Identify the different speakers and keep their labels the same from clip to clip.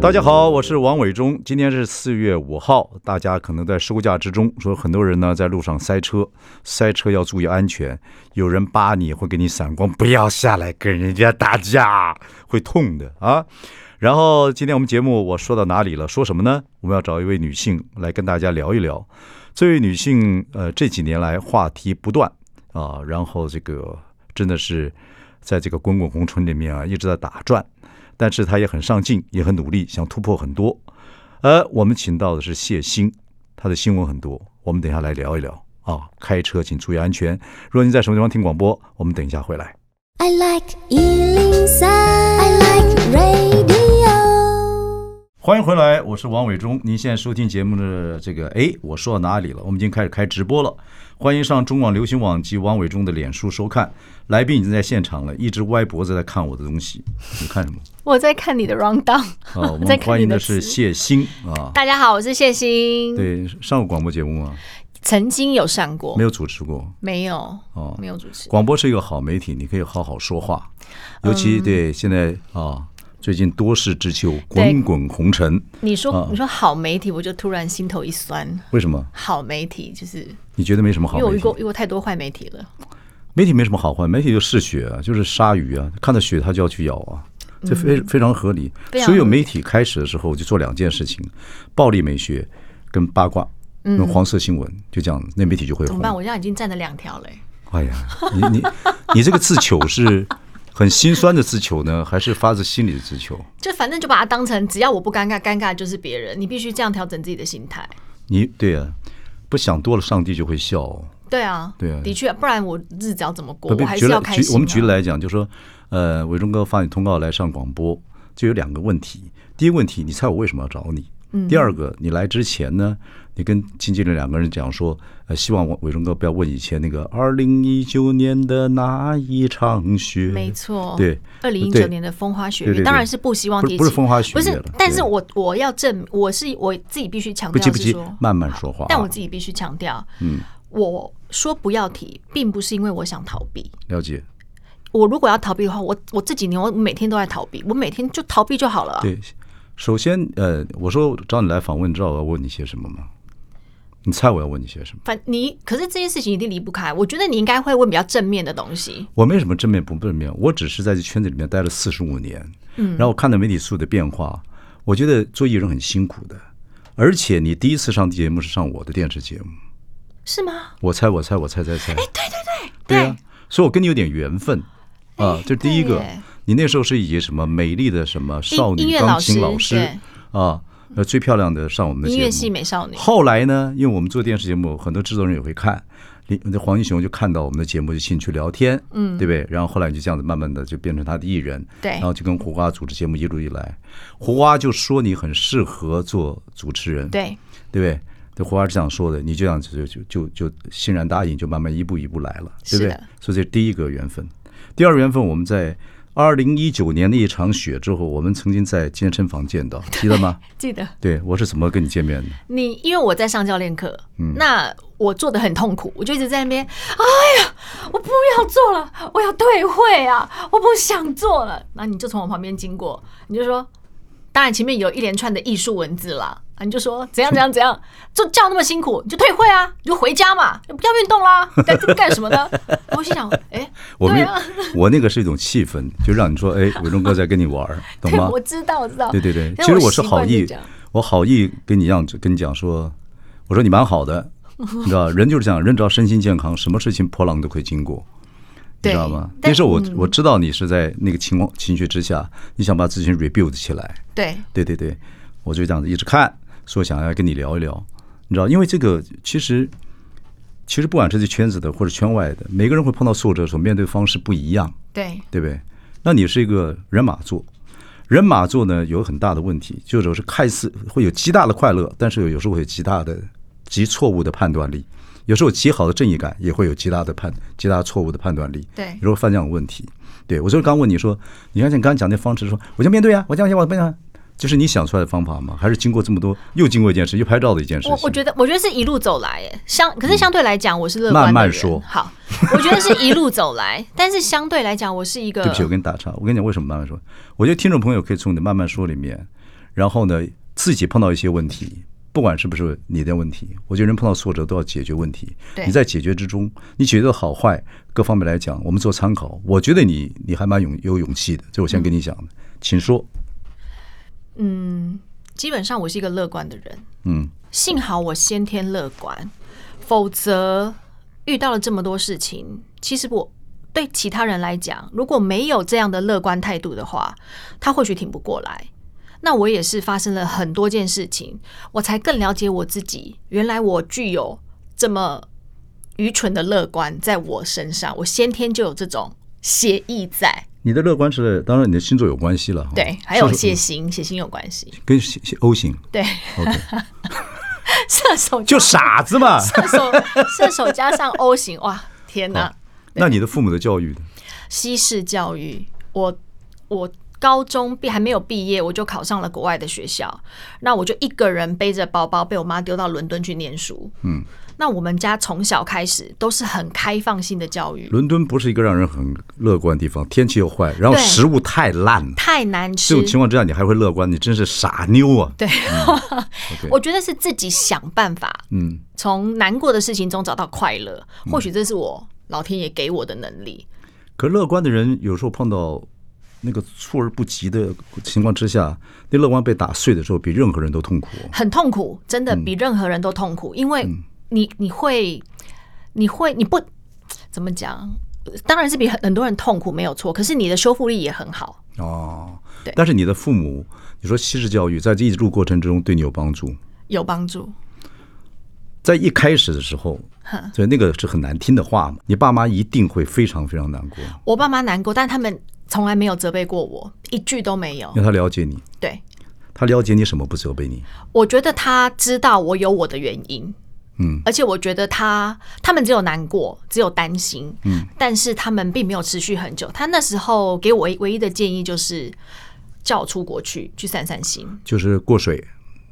Speaker 1: 大家好，我是王伟忠。今天是四月五号，大家可能在收假之中，说很多人呢在路上塞车，塞车要注意安全。有人扒你会给你闪光，不要下来跟人家打架，会痛的啊。然后今天我们节目我说到哪里了？说什么呢？我们要找一位女性来跟大家聊一聊。这位女性，呃，这几年来话题不断啊，然后这个真的是在这个滚滚红尘里面啊一直在打转。但是他也很上进，也很努力，想突破很多。呃，我们请到的是谢欣，他的新闻很多，我们等一下来聊一聊啊。开车请注意安全。如果您在什么地方听广播，我们等一下回来。
Speaker 2: I like Ealing Sound. I like radio.
Speaker 1: 欢迎回来，我是王伟忠。您现在收听节目的这个，哎，我说到哪里了？我们已经开始开直播了，欢迎上中广流行网及王伟忠的脸书收看。来宾已经在现场了，一直歪脖子在看我的东西，你看什么？
Speaker 3: 我在看你的 round down，
Speaker 1: 啊，我
Speaker 3: 我 在
Speaker 1: 们
Speaker 3: 看
Speaker 1: 欢迎的
Speaker 3: 你
Speaker 1: 是
Speaker 3: 词
Speaker 1: 谢欣啊，
Speaker 3: 大家好，我是谢欣，
Speaker 1: 对，上过广播节目吗？
Speaker 3: 曾经有上过，
Speaker 1: 没
Speaker 3: 有，
Speaker 1: 有主持过。
Speaker 3: 没有，
Speaker 1: 哦
Speaker 3: 没有主持。
Speaker 1: 广播是一个好媒体，你可以好好说话，尤其对
Speaker 3: 嗯
Speaker 1: 现在啊，最近多事之秋，滚
Speaker 3: 对
Speaker 1: 滚红尘。
Speaker 3: 你说、
Speaker 1: 啊
Speaker 3: 你说好媒体，我就突然心头一酸。
Speaker 1: 为什么？
Speaker 3: 好媒体就是，
Speaker 1: 你觉得没什么好
Speaker 3: 因为我
Speaker 1: 媒
Speaker 3: 遇
Speaker 1: 体
Speaker 3: 过？遇过太多坏媒体了，
Speaker 1: 媒体没什么好坏，媒体就嗜血啊，就是鲨鱼啊，看到血它就要去咬啊，这非非常合理。
Speaker 3: 嗯非常
Speaker 1: 所有媒体开始的时候就做两件事情：暴力美学跟八卦，嗯，黄色新闻就这样，那媒体就会
Speaker 3: 怎
Speaker 1: 红
Speaker 3: 么。办？我现在已经占了两条了、欸
Speaker 1: 哎呀，你你你这个自求是很心酸的自求呢，还是发自心里的自求？
Speaker 3: 就反正就把它当成，只要我不尴尬，尴尬就是别人。你必须这样调整自己的心态。
Speaker 1: 你对啊，不想多了，上帝就会笑哦。
Speaker 3: 对啊，
Speaker 1: 对啊
Speaker 3: 的确，不然我日子要怎么过？
Speaker 1: 不
Speaker 3: 我
Speaker 1: 不
Speaker 3: 还
Speaker 1: 举
Speaker 3: 是
Speaker 1: 例
Speaker 3: 要开心、啊
Speaker 1: 举我们举例，来讲，就说，呃，伟忠哥发你通告来上广播，就有两个问题。第一个问题，你猜我为什么要找你？
Speaker 3: 嗯
Speaker 1: 第二个，你来之前呢，你跟经纪人两个人讲说，呃，希望我伟忠哥不要问以前那个二零一九年的那一场雪，
Speaker 3: 没错，
Speaker 1: 对
Speaker 3: 二零一
Speaker 1: 对
Speaker 3: 九年的风花雪
Speaker 1: 对对
Speaker 3: 月，
Speaker 1: 对
Speaker 3: 当然是不希望
Speaker 1: 不
Speaker 3: 跌
Speaker 1: 是
Speaker 3: 起，
Speaker 1: 不是风花雪
Speaker 3: 不
Speaker 1: 月
Speaker 3: 是
Speaker 1: 了。
Speaker 3: 但是
Speaker 1: 对
Speaker 3: 我我要证明，我是我自己必须强
Speaker 1: 不
Speaker 3: 调
Speaker 1: 急
Speaker 3: 是
Speaker 1: 不急
Speaker 3: 说，，
Speaker 1: 慢慢说话。啊
Speaker 3: 但我自己必须强调，
Speaker 1: 嗯，
Speaker 3: 我说不要提，并不是因为我想逃避。
Speaker 1: 了解。
Speaker 3: 我如果要逃避的话，我我这几年我每天都在逃避，我每天就逃避就好了啊。
Speaker 1: 对，首先，呃，我说找你来访问，你知道我要问你些什么吗？你猜我要问你些什么？
Speaker 3: 反你可是这件事情一定离不开，我觉得你应该会问比较正面的东西。
Speaker 1: 我没什么正面不正面，我只是在这圈子里面待了四十五年，嗯，然后我看到媒体素的变化，我觉得做艺人很辛苦的，而且你第一次上节目是上我的电视节目，
Speaker 3: 是吗？
Speaker 1: 我猜我猜我猜猜猜，哎，对对对，对啊
Speaker 3: 对，哎
Speaker 1: 所以我跟你有点缘分啊，这是第一
Speaker 3: 对
Speaker 1: 个
Speaker 3: 耶，
Speaker 1: 你那时候是以什么美丽的什么少
Speaker 3: 音
Speaker 1: 女
Speaker 3: 乐
Speaker 1: 钢
Speaker 3: 老
Speaker 1: 琴
Speaker 3: 师
Speaker 1: 老师
Speaker 3: 对
Speaker 1: 啊，呃，最漂亮的上我们的节
Speaker 3: 音
Speaker 1: 目，
Speaker 3: 乐系美少女，
Speaker 1: 后来呢，因为我们做电视节目，很多制作人也会看，林那黄英雄就看到我们的节目就进去聊天，嗯，对不对？然后后来就这样子慢慢的就变成他的艺人，
Speaker 3: 对
Speaker 1: 然后就跟胡瓜主持节目一路以来，胡瓜就说你很适合做主持人，
Speaker 3: 对，
Speaker 1: 对不对？对胡瓜是这样说的，你这样子就就就就欣然答应，就慢慢一步一步来了，对不
Speaker 3: 是
Speaker 1: 对
Speaker 3: 的？
Speaker 1: 所以这是第一个缘分。第二缘分，我们在二零一九年那一场雪之后，我们曾经在健身房见到，记得 吗？
Speaker 3: 记得
Speaker 1: 对，我是怎么跟你见面的？
Speaker 3: 你，因为我在上教练课，
Speaker 1: 嗯
Speaker 3: 那我做的很痛苦，我就一直在那边，哎呀，我不要做了，我要退会啊，我不想做了。然后你就从我旁边经过，你就说，当然前面有一连串的艺术文字啦，啊，你就说怎样怎样怎样， 就叫那么辛苦，你就退会啊，你就回家嘛，就不要运动啦，你在这边干什么 呢？我心想，哎，
Speaker 1: 我
Speaker 3: 对
Speaker 1: 们、
Speaker 3: 啊，
Speaker 1: 我那个是一种气氛，就让你说，哎，伟忠哥在跟你玩儿，懂
Speaker 3: 对，
Speaker 1: 吗？
Speaker 3: 我知道，我知道，
Speaker 1: 对对对，
Speaker 3: 但
Speaker 1: 其实我是
Speaker 3: 习
Speaker 1: 好
Speaker 3: 惯就
Speaker 1: 意
Speaker 3: 这样，
Speaker 1: 我好意跟你让跟你讲说，我说你蛮好的，你知道，人就是这样，人只要身心健康，什么事情波浪都会经过，你
Speaker 3: 对
Speaker 1: 知道吗？
Speaker 3: 但嗯
Speaker 1: 那时候我、我知道你是在那个情况情绪之下，你想把自己 rebuild 起来，
Speaker 3: 对，
Speaker 1: 对对对，我就这样子一直看，说想要跟你聊一聊，你知道，因为这个其实其实不管是这圈子的或者圈外的，每个人会碰到挫折的时候，面对方式不一样。
Speaker 3: 对，
Speaker 1: 对不对？那你是一个人马座，人马座呢有很大的问题，就有时候看似会有极大的快乐，但是有时候会有极大的、极错误的判断力。有时候极好的正义感也会有极大的判、极大错误的判断力。
Speaker 3: 对
Speaker 1: 有时候犯这样的问题。对我就是刚问你说，你看像你刚刚讲那方式说，我就面对啊，我这样想，我这样想，就是你想出来的方法吗？还是经过这么多，又经过一件事，又拍照的一件事情？
Speaker 3: 我我觉得，我觉得是一路走来，哎，相可是相对来讲，我是乐观的
Speaker 1: 慢慢
Speaker 3: 人
Speaker 1: 说
Speaker 3: 好，我觉得是一路走来， 但是相对来讲，我是一个
Speaker 1: 对不起，我跟你打岔。我跟你讲，为什么慢慢说？我觉得听众朋友可以从你的慢慢说里面，然后呢，自己碰到一些问题，不管是不是你的问题，我觉得人碰到挫折都要解决问题
Speaker 3: 对。
Speaker 1: 你在解决之中，你解决的好坏各方面来讲，我们做参考。我觉得你你还蛮勇有勇气的，这我先跟你讲的，请说。
Speaker 3: 嗯，基本上我是一个乐观的人，
Speaker 1: 嗯，
Speaker 3: 幸好我先天乐观，否则遇到了这么多事情，其实我对其他人来讲，如果没有这样的乐观态度的话，他或许挺不过来。那我也是发生了很多件事情，我才更了解我自己，原来我具有这么愚蠢的乐观在我身上，我先天就有这种邪意在。
Speaker 1: 你的乐观是当然你的星座有关系了哈，
Speaker 3: 对，还有
Speaker 1: 射手
Speaker 3: 血型，血型有关系。
Speaker 1: 跟血血 O 型
Speaker 3: 对，
Speaker 1: ，OK，
Speaker 3: 射手
Speaker 1: 就傻子 嘛。
Speaker 3: 射手射手加上 O 型，哇，天哪！
Speaker 1: 那你的父母的教育呢？
Speaker 3: 西式教育，我我高中毕还没有毕业，我就考上了国外的学校，那我就一个人背着包包被我妈丢到伦敦去念书。嗯，那我们家从小开始都是很开放性的教育，
Speaker 1: 伦敦不是一个让人很乐观的地方，天气又坏，然后
Speaker 3: 对
Speaker 1: 食物太烂了。
Speaker 3: 太难吃
Speaker 1: 这。种情况之下，你还会乐观，你真是傻妞啊！
Speaker 3: 对，
Speaker 1: OK
Speaker 3: 我觉得是自己想办法
Speaker 1: 嗯，
Speaker 3: 从难过的事情中找到快乐，或许这是我老天爷给我的能力。
Speaker 1: 可乐观的人有时候碰到那个措而不及的情况之下，那乐观被打碎的时候，比任何人都痛苦。
Speaker 3: 很痛苦，真的比任何人都痛苦，因为你你会你会你不怎么讲，当然是比很很多人痛苦没有错，可是你的修复力也很好。
Speaker 1: 哦，
Speaker 3: 对
Speaker 1: 但是你的父母，你说西式教育在这一路过程之中对你有帮助，
Speaker 3: 有帮助，
Speaker 1: 在一开始的时候
Speaker 3: 哼，
Speaker 1: 所以那个是很难听的话嘛，你爸妈一定会非常非常难过，
Speaker 3: 我爸妈难过，但他们从来没有责备过我，一句都没有
Speaker 1: 因。为他了解你，
Speaker 3: 对，
Speaker 1: 他了解你什么不责备你。
Speaker 3: 我觉得他知道我有我的原因，嗯，而且我觉得他他们只有难过，只有担心，嗯，但是他们并没有持续很久。他那时候给我一唯一的建议就是叫我出国去去散散心，
Speaker 1: 就是过水，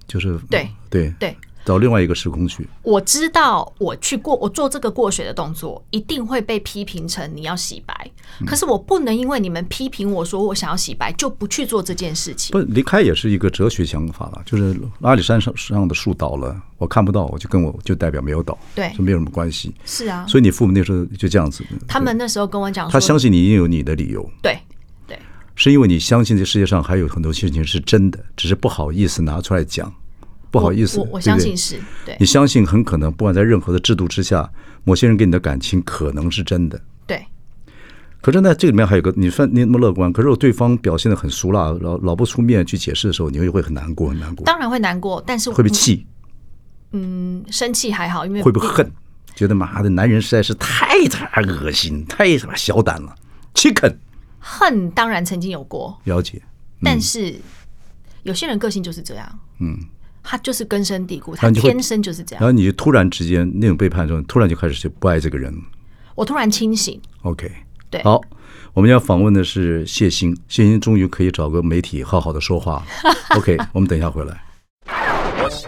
Speaker 1: 就是
Speaker 3: 对
Speaker 1: 对
Speaker 3: 对，
Speaker 1: 到另外一个时空去。
Speaker 3: 我知道我去过，我做这个过水的动作，一定会被批评成你要洗白。
Speaker 1: 嗯
Speaker 3: 可是我不能因为你们批评我说我想要洗白，就不去做这件事情
Speaker 1: 不。离开也是一个哲学想法了，就是阿里山上上的树倒了，我看不到，我就跟我就代表没有倒，
Speaker 3: 对
Speaker 1: 就没有什么关系。
Speaker 3: 是啊，
Speaker 1: 所以你父母那时候就这样子，
Speaker 3: 他们那时候跟我讲
Speaker 1: 他相
Speaker 3: 说，
Speaker 1: 信你一定有你的理由，
Speaker 3: 对对
Speaker 1: 是因为你相信这世界上还有很多事情是真的，只是不好意思拿出来讲，不好意思，
Speaker 3: 我我
Speaker 1: 对不
Speaker 3: 我
Speaker 1: 对
Speaker 3: 相信是对
Speaker 1: 你相信很可能，不管在任何的制度之下，某些人跟你的感情可能是真的，
Speaker 3: 对
Speaker 1: 可是呢，这里面还有个，你算你那么乐观，可是如果对方表现的很俗辣，老老不出面去解释的时候，你又会很难过，很难过，
Speaker 3: 当然会难过，但是
Speaker 1: 会被气，
Speaker 3: 嗯生气还好，因为
Speaker 1: 会不会恨，觉得妈的男人实在是太他妈恶心，太他妈小胆了，chicken，
Speaker 3: 恨当然曾经有过，
Speaker 1: 了解，
Speaker 3: 但是有些人个性就是这样，嗯，他就是根深蒂固，
Speaker 1: 然
Speaker 3: 他
Speaker 1: 后你就会
Speaker 3: 天生就是这
Speaker 1: 然后
Speaker 3: 样。
Speaker 1: 你就突然之间那种背叛中，突然就开始就不爱这个人了
Speaker 3: 我突然清醒，
Speaker 1: ，OK，
Speaker 3: 对
Speaker 1: 好。我们要访问的是谢欣，谢欣终于可以找个媒体好好的说话了。OK，我们等一下回来。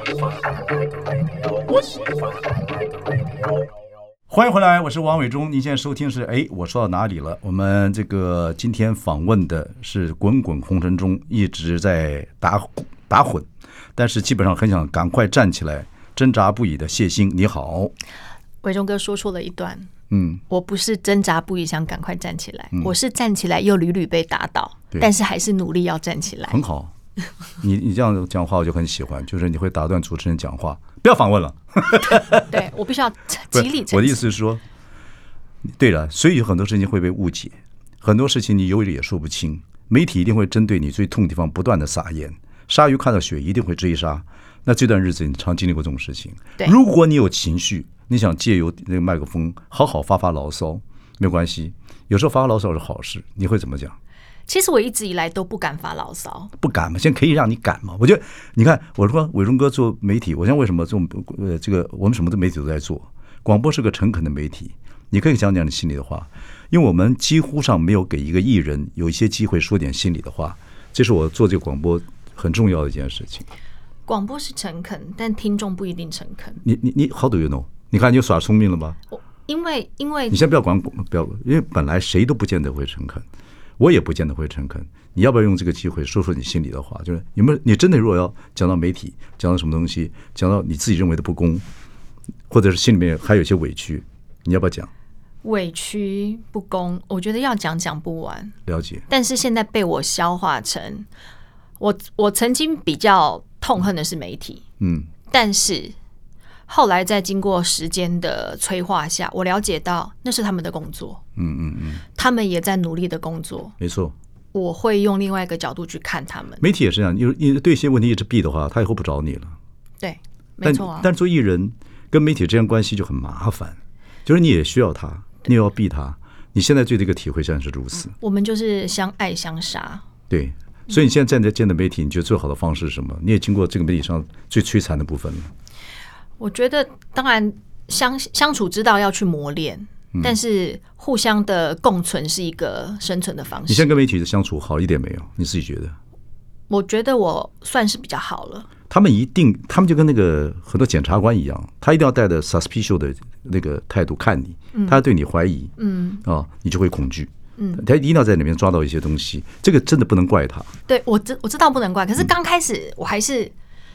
Speaker 1: 欢迎回来，我是王伟忠。您现在收听是哎，我说到哪里了？我们这个今天访问的是《滚滚红尘中》一直在打打混，但是基本上很想赶快站起来，挣扎不已的谢欣，你好。
Speaker 3: 伟忠哥说错了一段，
Speaker 1: 嗯，
Speaker 3: 我不是挣扎不已想赶快站起来，我是站起来又屡屡被打倒，
Speaker 1: 对
Speaker 3: 但是还是努力要站起来。
Speaker 1: 很好。 你你这样讲话我就很喜欢，就是你会打断主持人讲话，不要访问了。
Speaker 3: 对我必须要
Speaker 1: 不
Speaker 3: 极
Speaker 1: 是
Speaker 3: 力澄清。
Speaker 1: 我的意思是说，对了，所以有很多事情会被误解，很多事情你有理也说不清。媒体一定会针对你最痛的地方不断的撒盐，鲨鱼看到血一定会追杀。那这段日子你常经历过这种事情
Speaker 3: 对。
Speaker 1: 如果你有情绪，你想借由那个麦克风好好发发牢骚，没有关系。有时候发发牢骚是好事，你会怎么讲？
Speaker 3: 其实我一直以来都不敢发牢骚，
Speaker 1: 不敢嘛，现在可以让你敢嘛。我觉得，你看，我说伟忠哥做媒体，我现在为什么做呃这个我们什么的媒体都在做，广播是个诚恳的媒体，你可以讲讲你心里的话，因为我们几乎上没有给一个艺人有一些机会说点心里的话，这是我做这个广播很重要的一件事情。
Speaker 3: 广播是诚恳，但听众不一定诚恳。
Speaker 1: 你你你，How do you know？你看你又耍聪明了吧？
Speaker 3: 我因为因为
Speaker 1: 你先不要管不要，因为本来谁都不见得会诚恳，我也不见得会诚恳。你要不要用这个机会说说你心里的话？就是有没有你真的如果要讲到媒体，讲到什么东西，讲到你自己认为的不公，或者是心里面还有一些委屈，你要不要讲？
Speaker 3: 委屈不公，我觉得要讲讲不完，
Speaker 1: 了解，
Speaker 3: 但是现在被我消化成我我曾经比较痛恨的是媒体，
Speaker 1: 嗯，
Speaker 3: 但是后来在经过时间的催化下，我了解到那是他们的工作，嗯嗯嗯，他们也在努力的工作，
Speaker 1: 没错。
Speaker 3: 我会用另外一个角度去看他们。
Speaker 1: 媒体也是这样，你你对一些问题一直避的话，他以后不找你了。
Speaker 3: 对，没
Speaker 1: 但
Speaker 3: 错啊。
Speaker 1: 但是做艺人跟媒体之间关系就很麻烦，就是你也需要他，你也要避他。你现在对这个体会上是如此，
Speaker 3: 我们就是相爱相杀，
Speaker 1: 对。所以你现在站在见的媒体，你觉得最好的方式是什么？你也经过这个媒体上最摧残的部分了。
Speaker 3: 我觉得当然相相处之道要去磨练，
Speaker 1: 嗯
Speaker 3: 但是互相的共存是一个生存的方
Speaker 1: 你现
Speaker 3: 式。
Speaker 1: 在跟媒体的相处好一点没有？你自己觉得？
Speaker 3: 我觉得我算是比较好了，
Speaker 1: 他们一定，他们就跟那个很多检察官一样，他一定要带着 suspicious 的那个态度看你，他对你怀疑，嗯，啊，你就会恐惧，嗯，他一定要在里面抓到一些东西，这个真的不能怪他。
Speaker 3: 对我知我知道不能怪，可是
Speaker 1: 嗯
Speaker 3: 刚开始我还是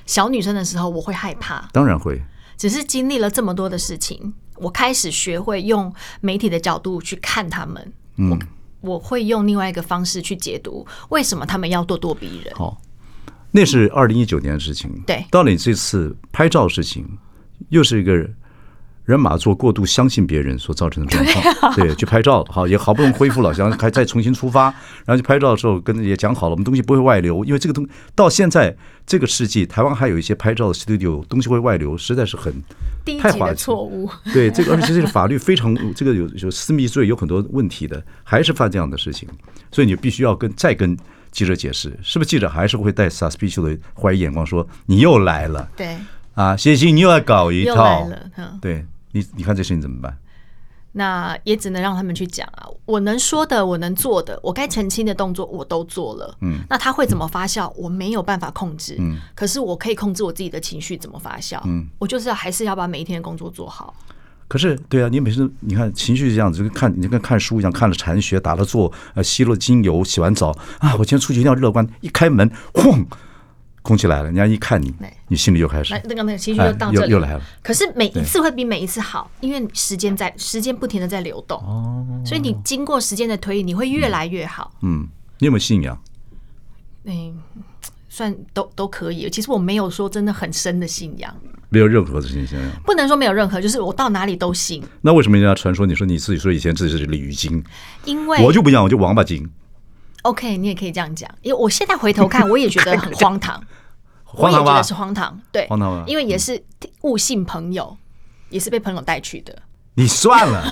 Speaker 3: 小女生的时候，我会害怕，
Speaker 1: 当然会，
Speaker 3: 只是经历了这么多的事情，我开始学会用媒体的角度去看他们，嗯，我会用另外一个方式去解读为什么他们要咄咄逼人。
Speaker 1: 好，那是二零一九年的事情。
Speaker 3: 对
Speaker 1: 到了你这次拍照事情，又是一个人马座过度相信别人所造成的状况。
Speaker 3: 啊
Speaker 1: 对，去拍照了，好，也好不容易恢复了，想还再重新出发，然后去拍照的时候跟也讲好了，我们东西不会外流，因为这个东到现在这个世纪，台湾还有一些拍照的 studio 东西会外流，实在是很
Speaker 3: 第一
Speaker 1: 太
Speaker 3: 集
Speaker 1: 滑
Speaker 3: 的
Speaker 1: 稽
Speaker 3: 错误，
Speaker 1: 对，这个而且这个法律非常这个有有私密罪有很多问题的，还是犯这样的事情，所以你必须要跟再跟记者解释，是不是记者还是会带 suspicious 的怀疑眼光说你又来了
Speaker 3: 对，
Speaker 1: 啊，谢欣你又要搞一
Speaker 3: 又来
Speaker 1: 套，
Speaker 3: 了，嗯。
Speaker 1: 对你你看这事情怎么办？
Speaker 3: 那也只能让他们去讲啊。我能说的，我能做的，我该澄清的动作我都做了。嗯，那他会怎么发酵，我没有办法控制。嗯，可是我可以控制我自己的情绪怎么发酵。嗯，我就是要还是要把每一天的工作做好。
Speaker 1: 可是，对啊，你每次你看情绪这样子，跟看你跟看书一样，看了禅学，打了坐，呃，吸了精油，洗完澡啊，我今天出去一定要乐观，一开门，哐，空气来了，人家一看你
Speaker 3: 对，
Speaker 1: 你心里又开始
Speaker 3: 那那个那个情绪又到这里、
Speaker 1: 哎又又来了。
Speaker 3: 可是每一次会比每一次好，因为时间在时间不停的在流动。哦，所以你经过时间的推移，你会越来越好。
Speaker 1: 嗯，你有没有信仰？
Speaker 3: 嗯，算都都可以。其实我没有说真的很深的信仰，
Speaker 1: 没有任何的信仰。
Speaker 3: 不能说没有任何，就是我到哪里都信，
Speaker 1: 那为什么人家传说你说你自己说以前自己是鲤鱼精，
Speaker 3: 因为
Speaker 1: 我就不一样，我就王八精，
Speaker 3: OK，你也可以这样讲，因为我现在回头看，我也觉得很荒唐，
Speaker 1: 荒唐
Speaker 3: 我也觉
Speaker 1: 吧
Speaker 3: 得？是荒唐，对，
Speaker 1: 荒唐吧
Speaker 3: 因为也是误信朋友，也是被朋友带去的。
Speaker 1: 你算了，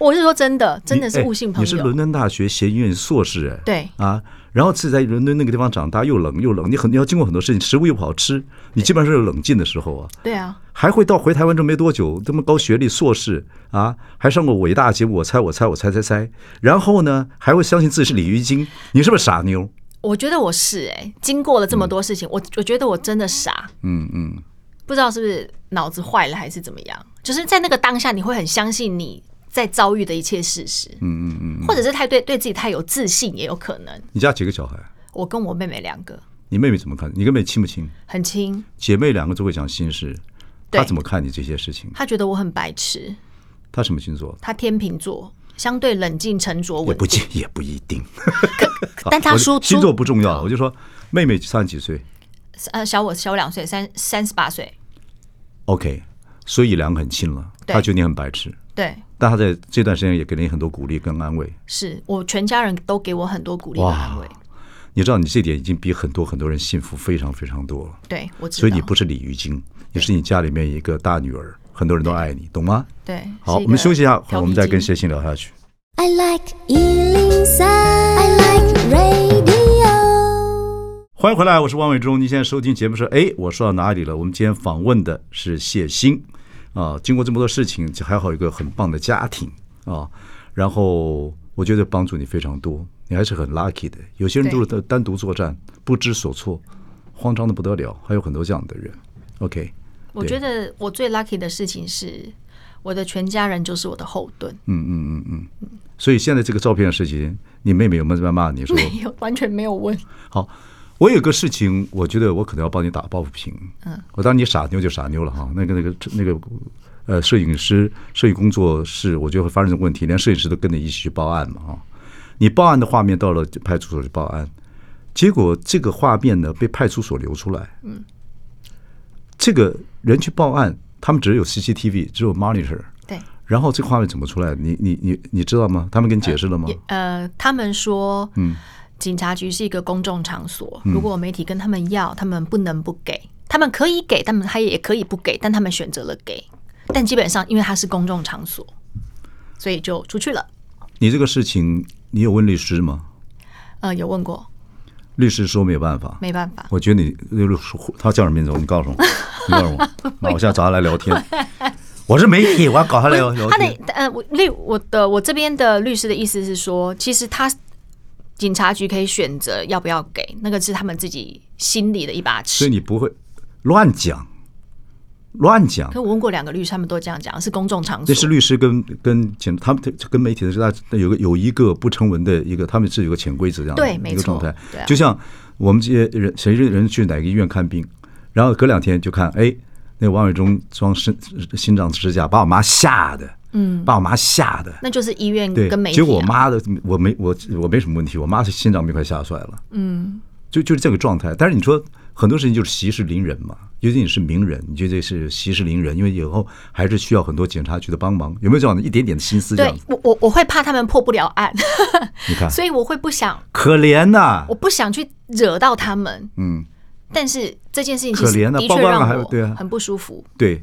Speaker 3: 我是说真的， 真的
Speaker 1: 你
Speaker 3: 是
Speaker 1: 哎
Speaker 3: 误信朋
Speaker 1: 你是
Speaker 3: 友
Speaker 1: 伦。敦大学学音乐硕士，哎，
Speaker 3: 对
Speaker 1: 啊，然后自己在伦敦那个地方长大，又冷又冷，你很你要经过很多事情，食物又不好吃，你基本上是有冷静的时候啊。
Speaker 3: 对啊，
Speaker 1: 还会到回台湾这没多久，这么高学历硕士啊，还上过伟大节目，我猜我猜我猜猜猜，然后呢还会相信自己是鲤鱼精，你是不是傻妞？
Speaker 3: 我觉得我是哎、经过了这么多事情，我我觉得我真的傻，
Speaker 1: 嗯嗯，
Speaker 3: 不知道是不是脑子坏了还是怎么样，就是在那个当下，你会很相信你在遭遇的一切事实，嗯嗯嗯，或者是太对对自己太有自信也有可能。
Speaker 1: 你家几个小孩？
Speaker 3: 我跟我妹妹两个
Speaker 1: 你妹妹怎么看？你跟妹妹亲不亲？
Speaker 3: 很亲，
Speaker 1: 姐妹两个都会讲心事，
Speaker 3: 对
Speaker 1: 她怎么看你这些事情？
Speaker 3: 她觉得我很白痴。
Speaker 1: 她什么星座？
Speaker 3: 他天秤座，相对冷静沉着
Speaker 1: 也
Speaker 3: 稳
Speaker 1: 不
Speaker 3: 定，
Speaker 1: 见也不一 定。啊
Speaker 3: 但他
Speaker 1: 我
Speaker 3: 说
Speaker 1: 星座
Speaker 3: 说
Speaker 1: 不重要，我就说妹妹三十几岁
Speaker 3: 呃小我小我两岁，三三十八岁，
Speaker 1: ，OK，所以两个很亲了。
Speaker 3: 对
Speaker 1: 她觉得你很白痴，
Speaker 3: 对，
Speaker 1: 但她在这段时间也给了你很多鼓励跟安慰。
Speaker 3: 是我全家人都给我很多鼓励和安慰，
Speaker 1: 你知道，你这点已经比很多很多人幸福非常非常多了。
Speaker 3: 对我知
Speaker 1: 所
Speaker 3: 道，
Speaker 1: 以你不是鲤鱼精，你是你家里面一个大女儿，很多人都爱你，懂吗？
Speaker 3: 对。
Speaker 1: 好，
Speaker 3: 是一
Speaker 1: 我们
Speaker 3: 个
Speaker 1: 休息一下，
Speaker 3: 调
Speaker 1: 我们
Speaker 3: 皮
Speaker 1: 再跟
Speaker 3: 筋
Speaker 1: 谢欣聊下去。
Speaker 2: I like Ealing Sound. I like radio.
Speaker 1: 欢迎回来，我是王伟忠。您现在收听节目是哎，我说到哪里了？我们今天访问的是谢欣啊。经过这么多事情，还好有一个很棒的家庭啊。然后我觉得帮助你非常多，你还是很 lucky 的。有些人都是单单独作战，不知所措，慌张的不得了，还有很多这样的人。OK，
Speaker 3: 我觉得我最 lucky 的事情是，我的全家人就是我的后盾，
Speaker 1: 嗯所以现在这个照片的事情，你妹妹有没有在骂你说
Speaker 3: 没有完全没有问。
Speaker 1: 好，我有个事情，我觉得我可能要帮你打抱不平。嗯，我当然你傻妞就傻妞了哈。那个那个那个，呃，摄影师、摄影工作室，我觉得会发生这个问题，连摄影师都跟着一起去报案嘛哈。你报案的画面到了派出所去报案，结果这个画面呢被派出所流出来。嗯，这个人去报案，他们只有 CCTV，只有 monitor。
Speaker 3: 对，
Speaker 1: 然后这个画面怎么出来？你你你你知道吗？他们跟你解释了吗？
Speaker 3: 也呃，他们说，嗯，警察局是一个公众场所，
Speaker 1: 嗯
Speaker 3: 如果媒体跟他们要，他们不能不给，他们可以给，他们他也可以不给，但他们选择了给，但基本上因为它是公众场所，所以就出去了。
Speaker 1: 你这个事情，你有问律师吗？
Speaker 3: 呃，有问过，
Speaker 1: 律师说没有办法，
Speaker 3: 没办法，
Speaker 1: 我觉得你那个他叫什么名字？你告诉 我，你告诉我，那我现在找他来聊天。我是媒体，我要搞他聊聊
Speaker 3: 他
Speaker 1: 天。
Speaker 3: 的呃，我律我的我这边的律师的意思是说，其实他警察局可以选择要不要给，那个是他们自己心里的一把
Speaker 1: 所以
Speaker 3: 尺。
Speaker 1: 你不会乱讲，乱讲
Speaker 3: 可。我问过两个律师，他们都这样讲，是公众场所
Speaker 1: 那。是律师跟跟检，他们跟媒体的是他有个有一个不成文的一个，他们是有个潜规则这样的
Speaker 3: 对没
Speaker 1: 一个状
Speaker 3: 错
Speaker 1: 态
Speaker 3: 对。啊
Speaker 1: 就像我们这些人，谁是人去哪个医院看病，然后隔两天就看，哎，那王伟忠装心心脏支架，把我妈吓的，嗯，把我妈吓的。
Speaker 3: 那就是医院
Speaker 1: 对，
Speaker 3: 跟媒体、
Speaker 1: 结
Speaker 3: 啊。
Speaker 1: 果我妈的，我没我我没什么问题，我妈是心脏病快吓出来了。嗯，就就是这个状态。但是你说很多事情就是息事宁人嘛，尤其你是名人，你觉得是息事宁人，因为以后还是需要很多警察局的帮忙，有没有这样的一点点的心思这样
Speaker 3: 对
Speaker 1: 子？
Speaker 3: 我我我会怕他们破不了案，
Speaker 1: 你看，
Speaker 3: 所以我会不想，
Speaker 1: 可怜呐、
Speaker 3: 我不想去惹到他们。嗯，但是这件事情其
Speaker 1: 可
Speaker 3: 实
Speaker 1: 怜啊
Speaker 3: 的
Speaker 1: 曝光
Speaker 3: 确
Speaker 1: 了
Speaker 3: 让
Speaker 1: 还
Speaker 3: 我
Speaker 1: 对啊
Speaker 3: 很不舒服。
Speaker 1: 对，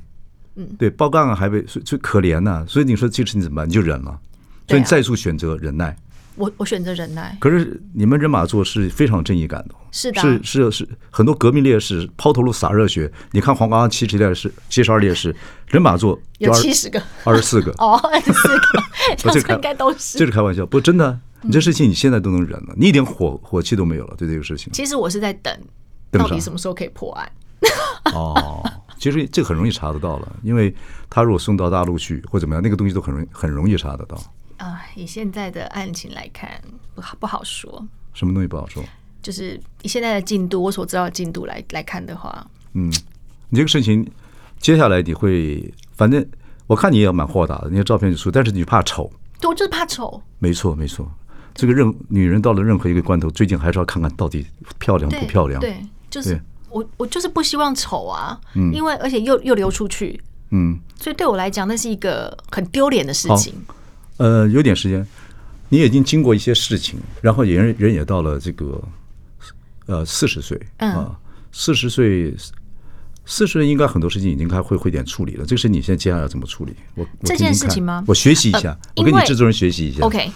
Speaker 3: 嗯
Speaker 1: 对，报杠啊，还被所以所以可怜呐、所以你说这事情怎么办？你就忍了，所以
Speaker 3: 对
Speaker 1: 你
Speaker 3: 啊
Speaker 1: 再度选择忍耐。
Speaker 3: 我我选择忍耐，
Speaker 1: 可是你们人马座是非常有正义感的哦，
Speaker 3: 是的啊
Speaker 1: 是是是很多革命烈士抛头颅洒热血。你看黄冈七十烈士、七十二烈士，人马座
Speaker 3: 有
Speaker 1: 二
Speaker 3: 七十个
Speaker 1: 二十四个，
Speaker 3: 哦， 二十四个，
Speaker 1: 不是
Speaker 3: 这样
Speaker 1: 开
Speaker 3: 子应该都
Speaker 1: 这
Speaker 3: 是。嗯
Speaker 1: 是开玩笑，不真的。你这事情你现在都能忍了，你一点火火气都没有了，对这个事情。
Speaker 3: 其实我是在等，
Speaker 1: 等
Speaker 3: 到底
Speaker 1: 啥
Speaker 3: 什么时候可以破案？
Speaker 1: 哦， 其实这个很容易查得到了，因为他如果送到大陆去或怎么样，那个东西都很容易很容易查得到。
Speaker 3: 啊，以现在的案情来看，不好不好说。
Speaker 1: 什么东西不好说？
Speaker 3: 就是以现在的进度，我所知道的进度来来看的话，
Speaker 1: 你这个事情，接下来你会，反正我看你也蛮豁达的，那些照片就出，但是你怕丑，
Speaker 3: 对我就是怕丑，
Speaker 1: 没错，没错。这个任女人到了任何一个关头，最近还是要看看到底漂亮
Speaker 3: 对
Speaker 1: 不漂亮。
Speaker 3: 对，就是
Speaker 1: 对
Speaker 3: 我我就是不希望丑啊，因为而且又又流出去，
Speaker 1: 嗯，
Speaker 3: 所以对我来讲那是一个很丢脸的事情。
Speaker 1: 呃，有点时间，你已经经过一些事情，然后也人人也到了这个呃四十岁
Speaker 3: 嗯
Speaker 1: 啊，四十岁。四十岁应该很多事情已经开会会点处理了，这个是你现在接下来要怎么处理？我我
Speaker 3: 这
Speaker 1: 听
Speaker 3: 件
Speaker 1: 听
Speaker 3: 事
Speaker 1: 看
Speaker 3: 情吗
Speaker 1: 我学习一下
Speaker 3: 呃，
Speaker 1: 我跟你
Speaker 3: 因为
Speaker 1: 制作人学习一下。
Speaker 3: OK，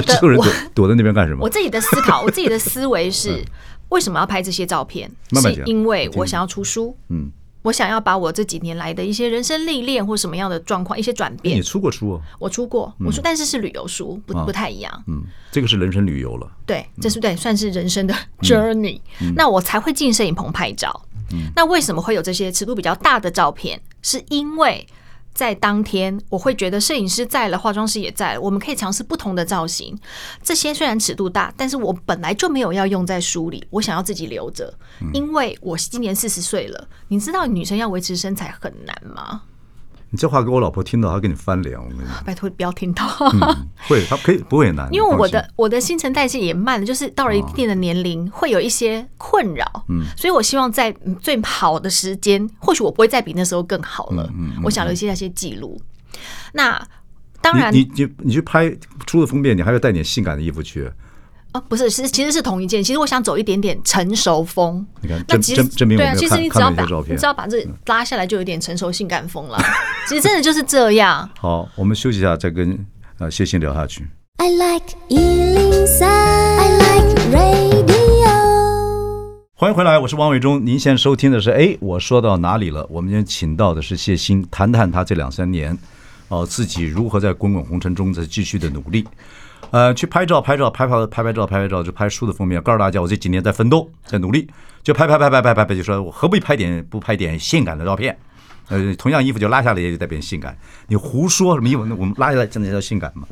Speaker 1: 你制
Speaker 3: 的
Speaker 1: 作人
Speaker 3: 我
Speaker 1: 躲躲在那边干什么嗯
Speaker 3: 我？自己的思考，我自己的思维是， 为什么要拍这些照片？
Speaker 1: 慢慢
Speaker 3: 是
Speaker 1: 讲
Speaker 3: 因为我想要出书，
Speaker 1: 嗯，
Speaker 3: 我想要把我这几年来的一些人生历练或什么样的状况、一些转
Speaker 1: 你
Speaker 3: 变，
Speaker 1: 出过书哦，
Speaker 3: 我出过，我出，但是是旅游书，不
Speaker 1: 啊
Speaker 3: 不太一样。
Speaker 1: 嗯，这个是人生旅游了。
Speaker 3: 对，这是对，算是人生的 journey。那我才会进摄影棚拍照。那为什么会有这些尺度比较大的照片？是因为在当天，我会觉得摄影师在了，化妆师也在了，我们可以尝试不同的造型。这些虽然尺度大，但是我本来就没有要用在书里，我想要自己留着，因为我今年四十岁了。你知道女生要维持身材很难吗？
Speaker 1: 你这话给我老婆听到，她跟你翻脸。我跟你讲，
Speaker 3: 拜托不要听到。
Speaker 1: 会，她可以不会难，
Speaker 3: 因为我
Speaker 1: 你放嗯
Speaker 3: 的我的新陈代谢也慢了，就是到了一定的年龄、会有一些困扰，嗯，所以我希望在嗯最好的时间，或许我不会再比那时候更好了，嗯，我想留下一些记录。那当然
Speaker 1: 心你你你你去拍出了封面，你还要带点性感的衣服去。
Speaker 3: 哦，不是，是其实是同一件。其实我想走一点点成熟风。
Speaker 1: 你看
Speaker 3: 那
Speaker 1: 证
Speaker 3: 其实
Speaker 1: 证证明我
Speaker 3: 对
Speaker 1: 没
Speaker 3: 啊，
Speaker 1: 有
Speaker 3: 其实
Speaker 1: 看
Speaker 3: 你只
Speaker 1: 看
Speaker 3: 要
Speaker 1: 了一些
Speaker 3: 把
Speaker 1: 照片嗯
Speaker 3: 你只要把这拉下来，就有点成熟性感风了。其实真的就是这样。
Speaker 1: 好，我们休息一下，再跟呃谢欣聊下去。
Speaker 2: I like Ealing Sound. I like radio.
Speaker 1: 欢迎回来，我是王伟忠。您现在收听的是，哎，我说到哪里了？我们今天请到的是谢欣，谈谈他这两三年，哦、自己如何在滚滚红尘中在继续的努力，呃，去拍照，拍照，拍拍拍拍照，拍拍照，就拍书的封面，告诉大家我这几年在奋斗，在努力，就拍拍拍拍拍拍拍，就说我何必拍点不拍点性感的照片？呃，同样衣服就拉下来也代表性感，你胡说什么衣服？那我们拉下来真的叫性感吗？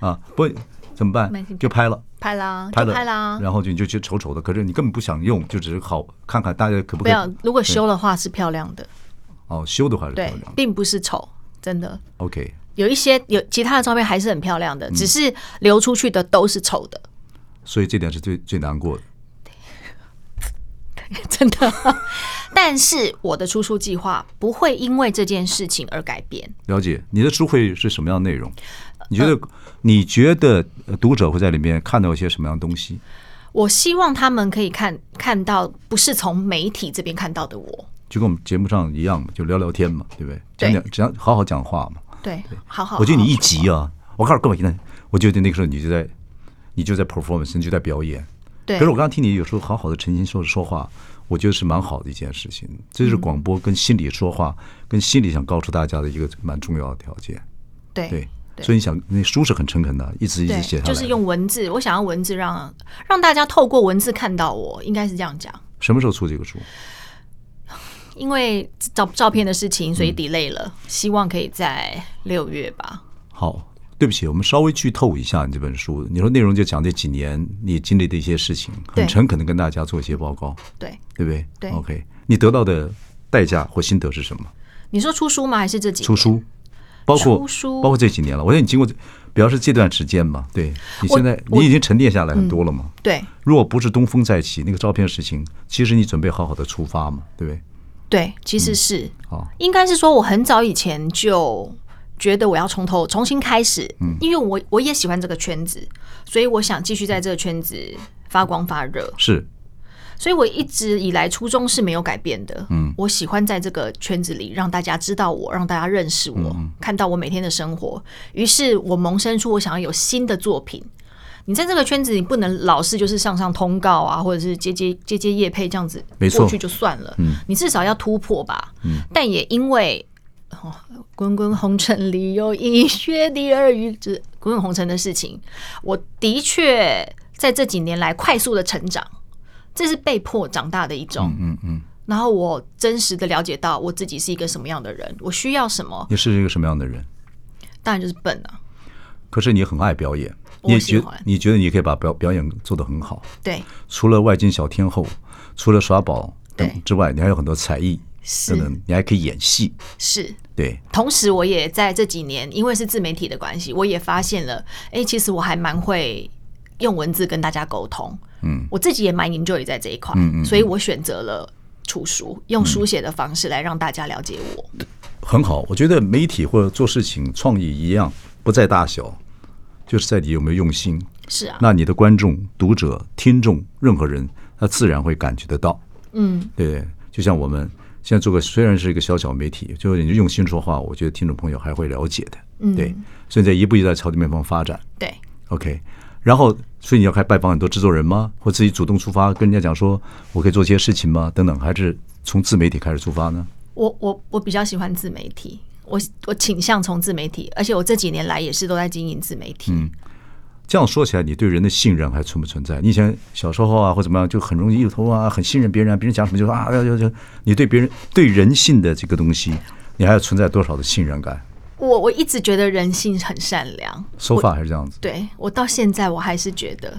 Speaker 1: 啊，不怎么办
Speaker 3: 蛮性？感
Speaker 1: 就 拍了。
Speaker 3: 拍啦，
Speaker 1: 拍
Speaker 3: 就
Speaker 1: 了，
Speaker 3: 拍啊啦。
Speaker 1: 然后就你就觉得丑丑的，可是你根本不想用，就只是好看看大家可不
Speaker 3: 不
Speaker 1: 可以
Speaker 3: 要，如果修的话是漂亮的，
Speaker 1: 哦修的话是漂
Speaker 3: 对
Speaker 1: 亮，的
Speaker 3: 并不是丑，真的。
Speaker 1: ，OK
Speaker 3: 有一些有其他的照片还是很漂亮的，
Speaker 1: 嗯
Speaker 3: 只是流出去的都是丑的，
Speaker 1: 所以这点是最最难过的。
Speaker 3: 真的。但是我的出书计划不会因为这件事情而改变。
Speaker 1: 了解你的书会是什么样的内容？你觉得你觉得呃读者会在里面看到一些什么样的东西？
Speaker 3: 我希望他们可以看看到，不是从媒体这边看到的我。
Speaker 1: 就跟我们节目上一样嘛，就聊聊天嘛，对不对？讲
Speaker 3: 对
Speaker 1: 讲只要好好讲话嘛。
Speaker 3: 对，好好。
Speaker 1: 我觉得你一
Speaker 3: 好好
Speaker 1: 急啊，我告诉各位，现在我觉得那个时候你就在你就在 performance，你就在表演。
Speaker 3: 对
Speaker 1: 可是我刚刚听你有时候好好的诚心说说话，我觉得是蛮好的一件事情。这就是广播跟心里说话，跟心里想告诉大家的一个蛮重要的条件。
Speaker 3: 对
Speaker 1: 对，
Speaker 3: 对
Speaker 1: 所以你想，那书是很诚恳的，一直一直
Speaker 3: 对
Speaker 1: 写下来，
Speaker 3: 就是用文字，我想要文字让让大家透过文字看到我，应该是这样讲。
Speaker 1: 什么时候出这个书？
Speaker 3: 因为照照片的事情，
Speaker 1: 嗯
Speaker 3: 所以 delay 了，希望可以在六月吧。
Speaker 1: 好，对不起，我们稍微剧透一下你这本书。你说内容就讲这几年你经历的一些事情，很
Speaker 3: 对
Speaker 1: 诚恳的跟大家做一些报告，
Speaker 3: 对，
Speaker 1: 对不对？
Speaker 3: 对
Speaker 1: OK，你得到的代价或心得是什么？
Speaker 3: 你说出书吗？还是这几年
Speaker 1: 出？书，包括
Speaker 3: 出书
Speaker 1: 包括这几年了。我觉得你经过这，比方是这段时间嘛，对你
Speaker 3: 我
Speaker 1: 现在
Speaker 3: 我嗯
Speaker 1: 你已经沉淀下来很多了嘛。
Speaker 3: 对
Speaker 1: 如果不是东风再起那个照片的事情，其实你准备好好的出发嘛，对不对？
Speaker 3: 对，其实是、
Speaker 1: 好，
Speaker 3: 应该是说我很早以前就觉得我要从头重新开始，因为我我也喜欢这个圈子，所以我想继续在这个圈子发光发热，
Speaker 1: 是
Speaker 3: 所以我一直以来初衷是没有改变的。嗯，我喜欢在这个圈子里让大家知道我，让大家认识我，看到我每天的生活。于是我萌生出我想要有新的作品。你在这个圈子，你不能老是就是上上通告啊，或者是接接接接业配这样子
Speaker 1: 没错
Speaker 3: 过去就算了。嗯，你至少要突破吧。嗯，但也因为。哦，滚滚红尘里有一血的耳语，就是滚滚红尘的事情。我的确在这几年来快速的成长，这是被迫长大的一种。嗯嗯。然后我真实的了解到我自己是一个什么样的人，我需要什么，
Speaker 1: 你是一个什么样的人？
Speaker 3: 当然就是笨啊。
Speaker 1: 可是你很爱表演，
Speaker 3: 我
Speaker 1: 你也
Speaker 3: 喜
Speaker 1: 觉
Speaker 3: 欢
Speaker 1: 你觉得你可以把表表演做得很好。
Speaker 3: 对，
Speaker 1: 除了外景小天后，除了耍宝等
Speaker 3: 对
Speaker 1: 之外，你还有很多才艺
Speaker 3: 是
Speaker 1: 等等，你还可以演戏。
Speaker 3: 是。
Speaker 1: 对，
Speaker 3: 同时，我也在这几年，因为是自媒体的关系，我也发现了，哎、其实我还蛮会用文字跟大家沟通。嗯，我自己也蛮 enjoy 在这一块，嗯嗯所以我选择了出书，用书写的方式来让大家了解我。
Speaker 1: 很好，我觉得媒体或者做事情创意一样，不在大小，就是在你有没有用心。
Speaker 3: 是啊，
Speaker 1: 那你的观众、读者、听众，任何人，他自然会感觉得到。
Speaker 3: 嗯，
Speaker 1: 对，就像我们现在做个，虽然是一个小小媒体，就是你用心说话，我觉得听众朋友还会了解的。嗯，对，所以在一步一步在朝这面方发展。
Speaker 3: 对，
Speaker 1: OK，然后所以你要开始拜访很多制作人吗？或自己主动出发，跟人家讲说我可以做些事情吗？等等，还是从自媒体开始出发呢？
Speaker 3: 我我我比较喜欢自媒体，我我倾向从自媒体，而且我这几年来也是都在经营自媒体。
Speaker 1: 这样说起来，你对人的信任还存不存在？你以前小时候啊，或怎么样，就很容易一头啊，很信任别人啊，别人讲什么就说啊，要要要，你对别人对人性的这个东西，你还要存在多少的信任感？
Speaker 3: 我我一直觉得人性很善良，
Speaker 1: 手法还是这样子，
Speaker 3: 对我到现在我还是觉得，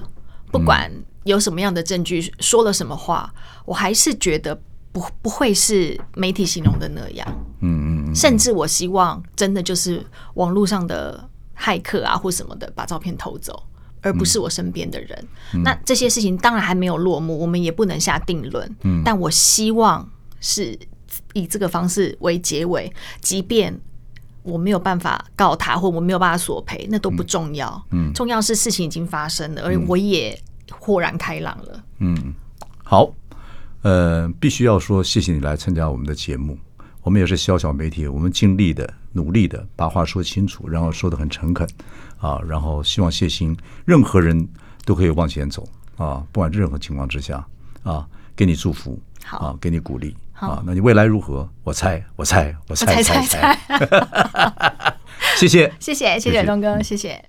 Speaker 3: 不管有什么样的证据，说了什么话，我还是觉得不不会是媒体形容的那样。嗯嗯，甚至我希望真的就是网络上的骇客啊或什么的把照片偷走。而不是我身边的人，那这些事情当然还没有落幕，我们也不能下定论。嗯，但我希望是以这个方式为结尾，即便我没有办法告他，或我没有办法索赔，那都不重要。嗯，重要是事情已经发生了，而我也豁然开朗了。
Speaker 1: 好，呃，必须要说谢谢你来参加我们的节目。我们也是小小媒体，我们尽力的、努力的把话说清楚，然后说的很诚恳啊，然后希望谢欣任何人都可以往前走啊，不管任何情况之下啊，给你祝福，
Speaker 3: 好
Speaker 1: 啊，给你鼓励
Speaker 3: 好
Speaker 1: 啊。那你未来如何？我猜，我猜，我猜，猜
Speaker 3: 猜猜
Speaker 1: 猜。谢谢。
Speaker 3: 谢谢，谢
Speaker 1: 谢谢
Speaker 3: 谢东哥，谢谢。